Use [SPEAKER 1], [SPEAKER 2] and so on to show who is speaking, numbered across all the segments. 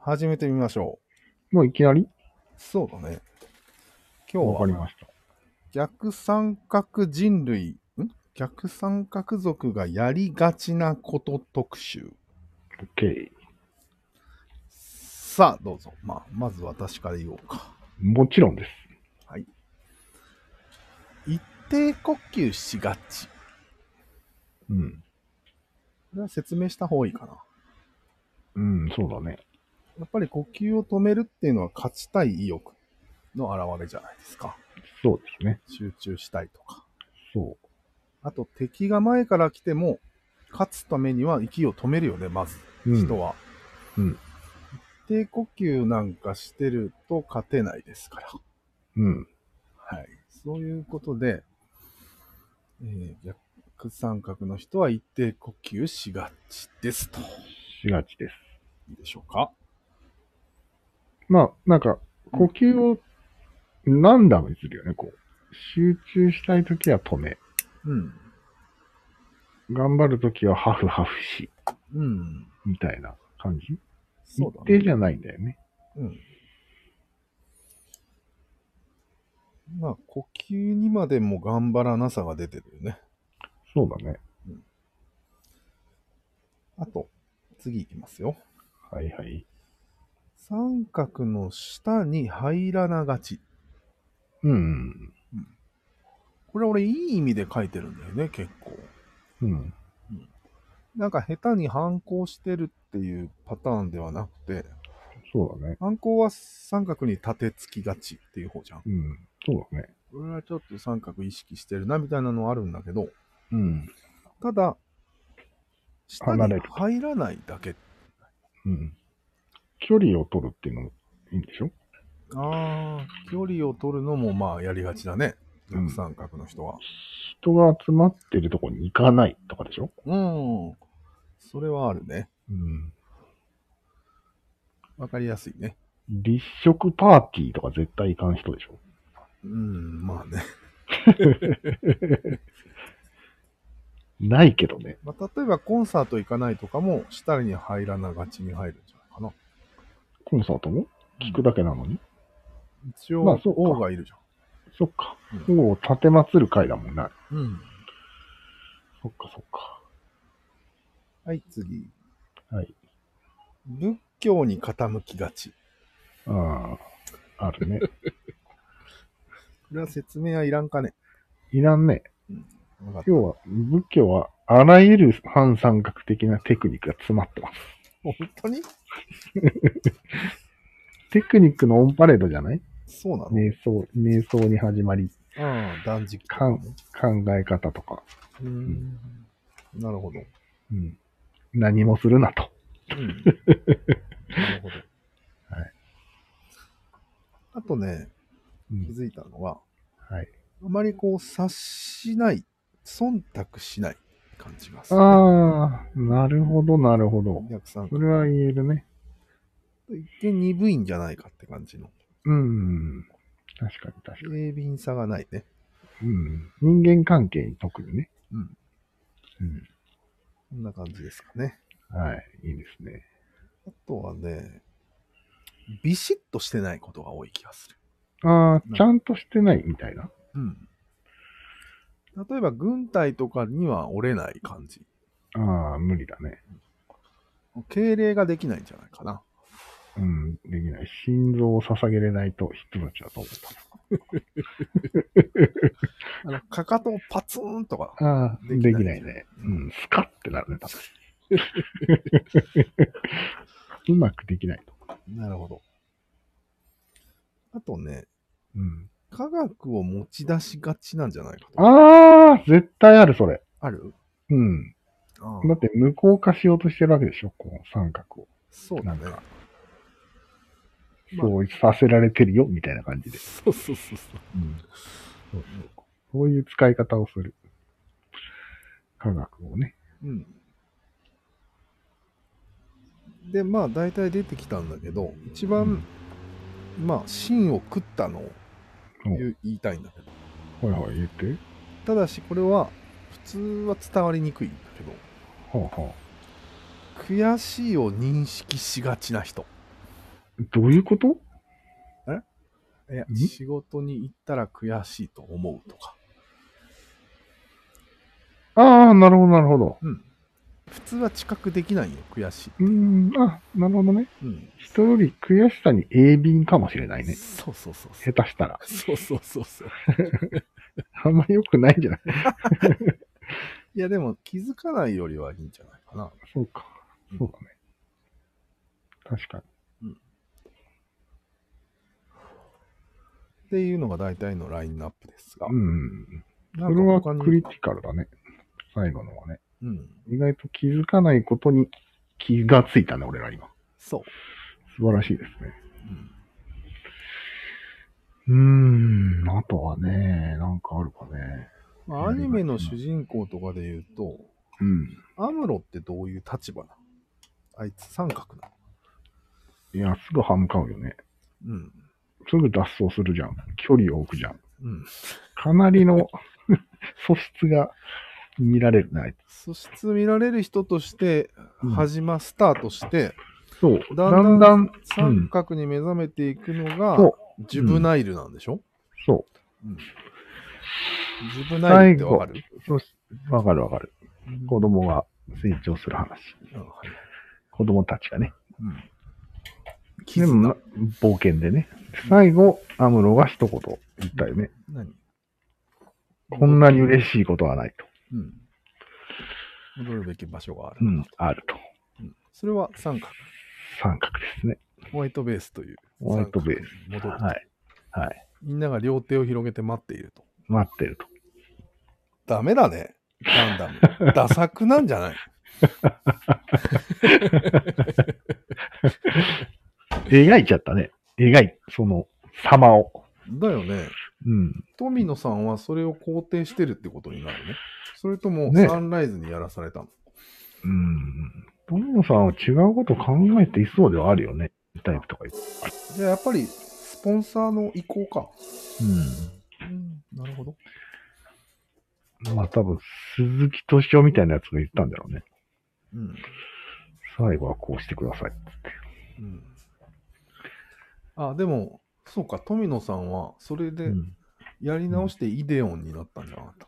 [SPEAKER 1] 始めてみましょ
[SPEAKER 2] もういきなり
[SPEAKER 1] う。そうだね。今
[SPEAKER 2] わ
[SPEAKER 1] 日
[SPEAKER 2] かり
[SPEAKER 1] は
[SPEAKER 2] ました。
[SPEAKER 1] 逆三角人類、ん逆三角族がやりがちなこと特集。
[SPEAKER 2] OK。
[SPEAKER 1] さあ、どうぞ。まあ、まず私から言おうか。
[SPEAKER 2] もちろんです。
[SPEAKER 1] 一定呼吸しがち。
[SPEAKER 2] うん。
[SPEAKER 1] これは説明した方がいいかな。
[SPEAKER 2] うん、そうだね。
[SPEAKER 1] やっぱり呼吸を止めるっていうのは勝ちたい意欲の表れじゃないですか。
[SPEAKER 2] そうですね。
[SPEAKER 1] 集中したいとか。
[SPEAKER 2] そ
[SPEAKER 1] あと敵が前から来ても、勝つためには息を止めるよね、まず。
[SPEAKER 2] う。うん、
[SPEAKER 1] 人は。
[SPEAKER 2] うん
[SPEAKER 1] 低呼吸なんかしてると勝てないですから。
[SPEAKER 2] うん。
[SPEAKER 1] はい。そういうことで、えー逆三角の人は一定呼吸しがちですと。
[SPEAKER 2] しがちです。
[SPEAKER 1] いいでしょうか
[SPEAKER 2] まあ、なんか、呼吸をランダムにするよね、こう。集中したいときは止め。
[SPEAKER 1] うん。
[SPEAKER 2] 頑張るときはハフハフし。
[SPEAKER 1] うん。
[SPEAKER 2] みたいな感じ。
[SPEAKER 1] そうだ
[SPEAKER 2] 一
[SPEAKER 1] ね
[SPEAKER 2] 定。じゃないんだよね。
[SPEAKER 1] うん。まあ、呼吸にまでも頑張らなさが出てるよね。
[SPEAKER 2] そうだね。
[SPEAKER 1] あと、次いきますよ。
[SPEAKER 2] はいはい。
[SPEAKER 1] 三角の下に入らながち。
[SPEAKER 2] うん。
[SPEAKER 1] これ俺いい意味で書いてるんだよね、結構。
[SPEAKER 2] うん。
[SPEAKER 1] なんか下手に反抗してるっていうパターンではなくて、
[SPEAKER 2] そうだね。
[SPEAKER 1] 反抗は三角に立てつきがちっていう方じゃん。
[SPEAKER 2] うん。そうだね。
[SPEAKER 1] これはちょっと三角意識してるなみたいなのはあるんだけど、
[SPEAKER 2] うん。
[SPEAKER 1] ただ、下
[SPEAKER 2] 離
[SPEAKER 1] に
[SPEAKER 2] れる
[SPEAKER 1] 入らないだけ。
[SPEAKER 2] うん。距離を取るっていうのもいいんでしょ
[SPEAKER 1] ああ、距離を取るのもまあやりがちだね。
[SPEAKER 2] うん
[SPEAKER 1] 逆三角の人は。
[SPEAKER 2] 人が集まってるとこに行かないとかでしょ
[SPEAKER 1] うん。それはあるね。
[SPEAKER 2] うん。
[SPEAKER 1] わかりやすいね。
[SPEAKER 2] 立食パーティーとか絶対行かん人でしょ
[SPEAKER 1] うん、まあね。
[SPEAKER 2] ないけどね。
[SPEAKER 1] まあ、例えばコンサート行かないとかも、下に入らながちに入るんじゃないかな。
[SPEAKER 2] コンサートも聞くだけなのに。
[SPEAKER 1] 一応、
[SPEAKER 2] まあそうか
[SPEAKER 1] 王がいるじ
[SPEAKER 2] そっか。
[SPEAKER 1] う
[SPEAKER 2] もう立てまつる会だもんな。
[SPEAKER 1] ゃん。うん。
[SPEAKER 2] そっかそっか。
[SPEAKER 1] はい、次。
[SPEAKER 2] はい。
[SPEAKER 1] 仏教に傾きがち。
[SPEAKER 2] ああ。あるね。
[SPEAKER 1] これは説明はいらんかね。
[SPEAKER 2] いらんね。
[SPEAKER 1] わかった
[SPEAKER 2] 要は、仏教はあらゆる反三角的なテクニックが詰まってます。
[SPEAKER 1] 本当に
[SPEAKER 2] テクニックのオンパレードじゃない
[SPEAKER 1] そうなの、
[SPEAKER 2] 瞑想、瞑想に始まり、
[SPEAKER 1] ああ、断食とかね、
[SPEAKER 2] 考え方とか。
[SPEAKER 1] うーん。なるほど。
[SPEAKER 2] うん。何もするなと。
[SPEAKER 1] うん。なるほど。
[SPEAKER 2] はい。
[SPEAKER 1] あとね、
[SPEAKER 2] う
[SPEAKER 1] 気
[SPEAKER 2] ん。
[SPEAKER 1] づいたのは、
[SPEAKER 2] はい。
[SPEAKER 1] あまりこう、察しない、忖度しない感じがする。
[SPEAKER 2] ああ、なるほど、なるほど。
[SPEAKER 1] 逆三
[SPEAKER 2] そ
[SPEAKER 1] 角
[SPEAKER 2] れは言えるね。
[SPEAKER 1] 一見鈍いんじゃないかって感じの。
[SPEAKER 2] うん。確かに、確か
[SPEAKER 1] 鋭敏さがないね。
[SPEAKER 2] に。うん。人間関係に特にね。
[SPEAKER 1] うん。
[SPEAKER 2] う
[SPEAKER 1] こんな感じですかね。
[SPEAKER 2] ん。はい。いいですね。
[SPEAKER 1] あとはね、ビシッとしてないことが多い気がする。
[SPEAKER 2] ああ、ちゃんとしてないみたいな。
[SPEAKER 1] うん。例えば、軍隊とかには折れない感じ。
[SPEAKER 2] ああ、無理だね。
[SPEAKER 1] 敬礼ができないんじゃないかな。
[SPEAKER 2] うん。できない。心臓を捧げれないと人たちだと思っ
[SPEAKER 1] あの、かかとをパツーンとか。
[SPEAKER 2] た。ああ、
[SPEAKER 1] できな
[SPEAKER 2] で
[SPEAKER 1] い
[SPEAKER 2] きないね。うん。スカってなるね、多 分。うまくできないと。
[SPEAKER 1] なるほど。あとね、
[SPEAKER 2] うん。
[SPEAKER 1] 科学を持ち出しがちなんじゃないかと。
[SPEAKER 2] ああ、絶対ある、それ。
[SPEAKER 1] ある
[SPEAKER 2] うん。
[SPEAKER 1] あ
[SPEAKER 2] だって無効化しようとしてるわけでしょ、この三角を。
[SPEAKER 1] そうだね。
[SPEAKER 2] なん
[SPEAKER 1] まあ
[SPEAKER 2] そうさせられてるよ、みたいな感じで。
[SPEAKER 1] そうそうそうそう。
[SPEAKER 2] うんそうそうそういう使い方をする。科学をね。
[SPEAKER 1] うん。で、まあ、大体出てきたんだけど、一番、まあ、芯を食ったのを言う言いたいんだけど、
[SPEAKER 2] ほいほい言って。
[SPEAKER 1] ただし、これは、普通は伝わりにくいんだけど、
[SPEAKER 2] ほうほ
[SPEAKER 1] 悔しいを認識しがちな人。
[SPEAKER 2] う。どういうこと
[SPEAKER 1] いや
[SPEAKER 2] ん
[SPEAKER 1] 仕事に行ったら悔しいと思うとか。
[SPEAKER 2] ああ、なるほど、なるほど。
[SPEAKER 1] うん。普通は知覚できないよ、悔しい。
[SPEAKER 2] うーん、あ、なるほどね。
[SPEAKER 1] うん。
[SPEAKER 2] 人より悔しさに鋭敏かもしれないね。
[SPEAKER 1] そうそうそうそ
[SPEAKER 2] 下
[SPEAKER 1] う。
[SPEAKER 2] 手したら。
[SPEAKER 1] そうそうそうそう。
[SPEAKER 2] あんま良くないんじゃない
[SPEAKER 1] いや、でも気づかないよりはいいんじゃないかな。
[SPEAKER 2] そうか。そうだね。確かに。
[SPEAKER 1] っていうのが大体のラインナップですが。
[SPEAKER 2] うん。そ
[SPEAKER 1] なん
[SPEAKER 2] れ
[SPEAKER 1] か
[SPEAKER 2] は
[SPEAKER 1] 他に
[SPEAKER 2] クリティカルだね。最後のはね。
[SPEAKER 1] うん。
[SPEAKER 2] 意外と気づかないことに気がついたね、俺ら今。
[SPEAKER 1] そう。
[SPEAKER 2] 素晴らしいですね。
[SPEAKER 1] うん
[SPEAKER 2] うーん。あとはね、なんかあるかね。
[SPEAKER 1] まあ、アニメの主人公とかで言うと、
[SPEAKER 2] うん。
[SPEAKER 1] アムロってどういう立場なのあいつ三角ない
[SPEAKER 2] や、すぐ歯向かうよね。
[SPEAKER 1] のうん。
[SPEAKER 2] すぐ脱走するじゃん。距離を置くじゃん。
[SPEAKER 1] うん。
[SPEAKER 2] かなりの 素質が見られるね、あい
[SPEAKER 1] 素質見られる人として
[SPEAKER 2] うん、
[SPEAKER 1] 始ま、スタートして、
[SPEAKER 2] つ。そう。
[SPEAKER 1] だ
[SPEAKER 2] だ
[SPEAKER 1] ん
[SPEAKER 2] ん
[SPEAKER 1] だ
[SPEAKER 2] だ
[SPEAKER 1] ん
[SPEAKER 2] ん
[SPEAKER 1] 三角に目覚めていくのが、
[SPEAKER 2] そう
[SPEAKER 1] ジュブナイルなんでしょ、
[SPEAKER 2] そ
[SPEAKER 1] うん、ジュブナイルってわかる
[SPEAKER 2] う。そうしわかるわかる。子供が成長する話。
[SPEAKER 1] うんはい
[SPEAKER 2] 子供たちがね。
[SPEAKER 1] うん気
[SPEAKER 2] で
[SPEAKER 1] づ
[SPEAKER 2] も
[SPEAKER 1] い
[SPEAKER 2] な、冒険でね。最後、アムロが一言言ったよね。
[SPEAKER 1] 何
[SPEAKER 2] こんなに嬉しいことはないと。
[SPEAKER 1] うん。戻るべき場所がある。
[SPEAKER 2] うん、あると。
[SPEAKER 1] うんそれは三角。
[SPEAKER 2] 三角ですね。
[SPEAKER 1] ホワイトベースという。
[SPEAKER 2] ホワイトベース。
[SPEAKER 1] ス。戻ると。
[SPEAKER 2] はい。はい。
[SPEAKER 1] みんなが両手を広げて待っていると。
[SPEAKER 2] 待ってると。
[SPEAKER 1] ダメだね。ガンダ ム。ダサくなんじゃない
[SPEAKER 2] 描いちゃったね。描い、その、様を。
[SPEAKER 1] だよね。
[SPEAKER 2] うん。
[SPEAKER 1] 富野さんはそれを肯定してるってことになるね。それとも
[SPEAKER 2] ね
[SPEAKER 1] サンライズにやらされたの、
[SPEAKER 2] うん。トミノさんは違うこと考えていそうではあるよね。タイプとか言って。
[SPEAKER 1] じゃあやっぱりスポンサーの意向か。うん、なるほど。
[SPEAKER 2] うん。まあ多分、鈴木敏夫みたいなやつが言ったんだろうね。
[SPEAKER 1] うん。
[SPEAKER 2] 最後はこうしてくださいっつって。
[SPEAKER 1] うん、あ、でも、そうか、富野さんはそれで
[SPEAKER 2] うん。
[SPEAKER 1] やり直してイデオンになったんじゃなかった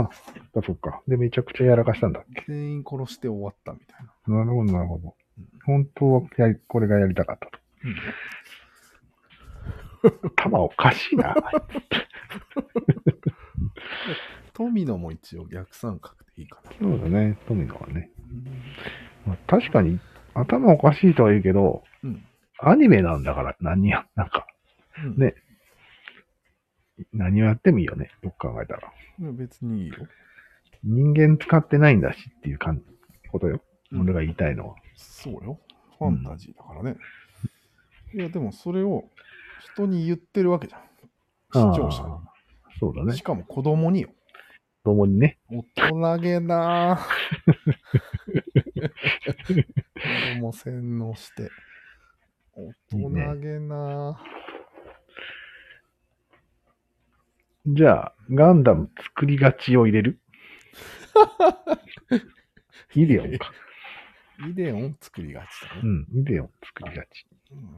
[SPEAKER 1] っ
[SPEAKER 2] あそっか。で、めちゃくちゃやらかしたんだっけ。
[SPEAKER 1] け全員殺して終わったみたいな。
[SPEAKER 2] なるほど、なるほど
[SPEAKER 1] うん。
[SPEAKER 2] 本当はやり、これがやりたかったと。頭おかしいな。
[SPEAKER 1] 富野も一応逆三角でいいかな。
[SPEAKER 2] そうだね、富野はね。まあ、確かに、頭おかしいとは言うけど、
[SPEAKER 1] うん。
[SPEAKER 2] アニメなんだから何や、なんか、
[SPEAKER 1] うん、
[SPEAKER 2] ね何をやってもいいよね。よく考えたら。
[SPEAKER 1] うん別にいいよ。
[SPEAKER 2] 人間使ってないんだしっていう感ことよ。
[SPEAKER 1] うん
[SPEAKER 2] 俺が言いたいのは。
[SPEAKER 1] そうよ。ファンタジーだからね。いや、でもそれを人に言ってるわけじゃん。視聴者
[SPEAKER 2] ああそうだ
[SPEAKER 1] に。
[SPEAKER 2] ね
[SPEAKER 1] し。かも子供によ。
[SPEAKER 2] 共にね。
[SPEAKER 1] 大人げなぁ。子供洗脳して。大人げなぁ。
[SPEAKER 2] じゃあ、ガンダム作りがちを入 れるイデオンか。
[SPEAKER 1] イデオン作りがちだ
[SPEAKER 2] う
[SPEAKER 1] ね。
[SPEAKER 2] ん、イデオン作りがち。
[SPEAKER 1] うん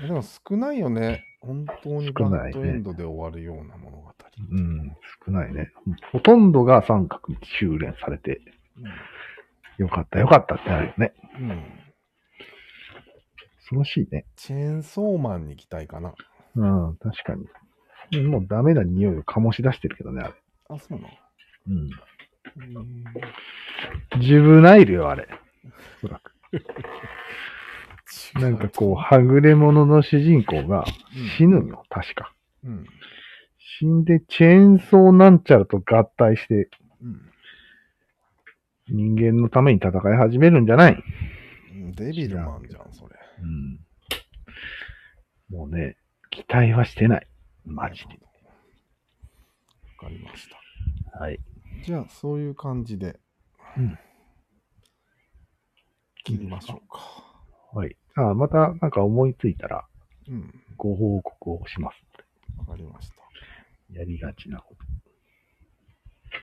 [SPEAKER 1] でも少ないよね。本当にバ
[SPEAKER 2] 少な
[SPEAKER 1] ッ
[SPEAKER 2] い
[SPEAKER 1] ド
[SPEAKER 2] ね
[SPEAKER 1] エンドで終わるような物語。
[SPEAKER 2] うん、少ないね。ほとんどが三角に修練されて、よかったよかったってなるよね。
[SPEAKER 1] うんうん
[SPEAKER 2] 恐ろしいね。
[SPEAKER 1] チェーンソーマンに期待かな。
[SPEAKER 2] うん、確かに。もうダメな匂いを醸し出してるけどね、あれ。
[SPEAKER 1] あ、そうなの
[SPEAKER 2] うん。
[SPEAKER 1] うん
[SPEAKER 2] ジュブナイルよ、あれ。おそらく。なんかこう、はぐれ者の主人公が死ぬの、確か。
[SPEAKER 1] うん。
[SPEAKER 2] 死んで、チェーンソーなんちゃらと合体して、
[SPEAKER 1] うん。
[SPEAKER 2] 人間のために戦い始めるんじゃない
[SPEAKER 1] うん。デビルマンじゃん、それ。
[SPEAKER 2] うん。もうね、期待はしてない。マジで。
[SPEAKER 1] わかりました。
[SPEAKER 2] はい。
[SPEAKER 1] じゃあ、そういう感じで。
[SPEAKER 2] うん
[SPEAKER 1] 切りましょうか。
[SPEAKER 2] はい。あまた、なんか思いついたら、
[SPEAKER 1] うん。
[SPEAKER 2] ご報告をします。
[SPEAKER 1] わかりました。
[SPEAKER 2] やりがちなこと。